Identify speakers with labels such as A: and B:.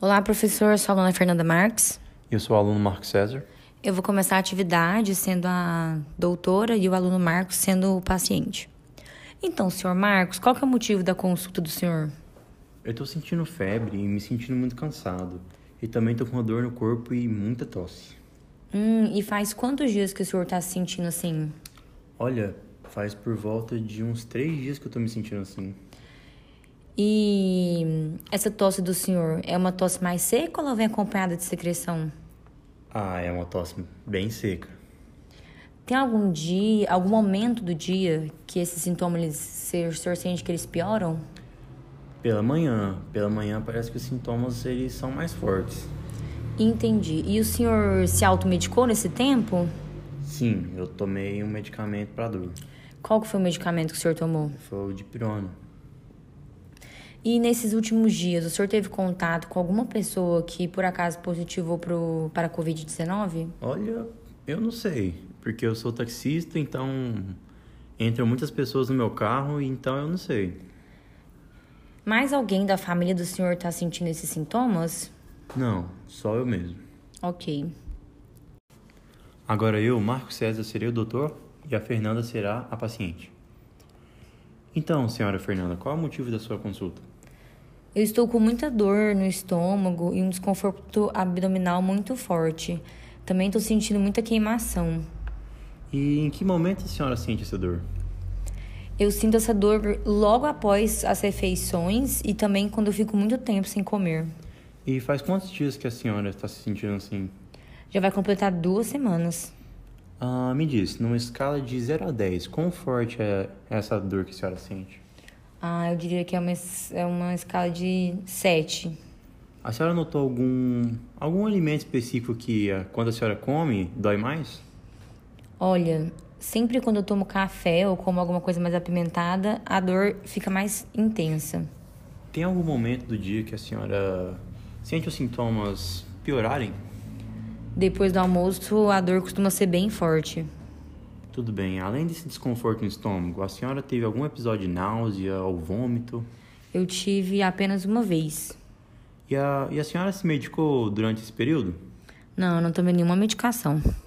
A: Olá, professor. Eu sou a aluna Fernanda Marques.
B: Eu sou o aluno Marco César.
A: Eu vou começar a atividade sendo a doutora e o aluno Marcos sendo o paciente. Então, senhor Marcos, qual que é o motivo da consulta do senhor?
B: Eu tô sentindo febre e me sentindo muito cansado. E também tô com uma dor no corpo e muita tosse.
A: Hum, e faz quantos dias que o senhor tá se sentindo assim?
B: Olha, faz por volta de uns três dias que eu tô me sentindo assim.
A: E essa tosse do senhor é uma tosse mais seca ou ela vem acompanhada de secreção?
B: Ah, é uma tosse bem seca.
A: Tem algum dia, algum momento do dia que esses sintomas, eles, se- o senhor sente que eles pioram?
B: Pela manhã, pela manhã parece que os sintomas eles são mais fortes.
A: Entendi. E o senhor se automedicou nesse tempo?
B: Sim, eu tomei um medicamento para dor.
A: Qual que foi o medicamento que o senhor tomou?
B: Foi o dipirona.
A: E nesses últimos dias, o senhor teve contato com alguma pessoa que por acaso positivou pro, para a Covid-19?
B: Olha, eu não sei, porque eu sou taxista, então entram muitas pessoas no meu carro, então eu não sei.
A: Mais alguém da família do senhor está sentindo esses sintomas?
B: Não, só eu mesmo.
A: Ok.
B: Agora eu, Marco César, serei o doutor e a Fernanda será a paciente. Então, senhora Fernanda, qual é o motivo da sua consulta?
A: Eu estou com muita dor no estômago e um desconforto abdominal muito forte. Também estou sentindo muita queimação.
B: E em que momento a senhora sente essa dor?
A: Eu sinto essa dor logo após as refeições e também quando eu fico muito tempo sem comer.
B: E faz quantos dias que a senhora está se sentindo assim?
A: Já vai completar duas semanas.
B: Ah, me diz, numa escala de 0 a 10, quão forte é essa dor que a senhora sente?
A: Ah, eu diria que é uma, es- é uma escala de sete.
B: A senhora notou algum algum alimento específico que ah, quando a senhora come dói mais?
A: Olha, sempre quando eu tomo café ou como alguma coisa mais apimentada, a dor fica mais intensa.
B: Tem algum momento do dia que a senhora sente os sintomas piorarem?
A: Depois do almoço, a dor costuma ser bem forte.
B: Tudo bem, além desse desconforto no estômago, a senhora teve algum episódio de náusea ou vômito?
A: Eu tive apenas uma vez.
B: E a, e a senhora se medicou durante esse período?
A: Não, eu não tomei nenhuma medicação.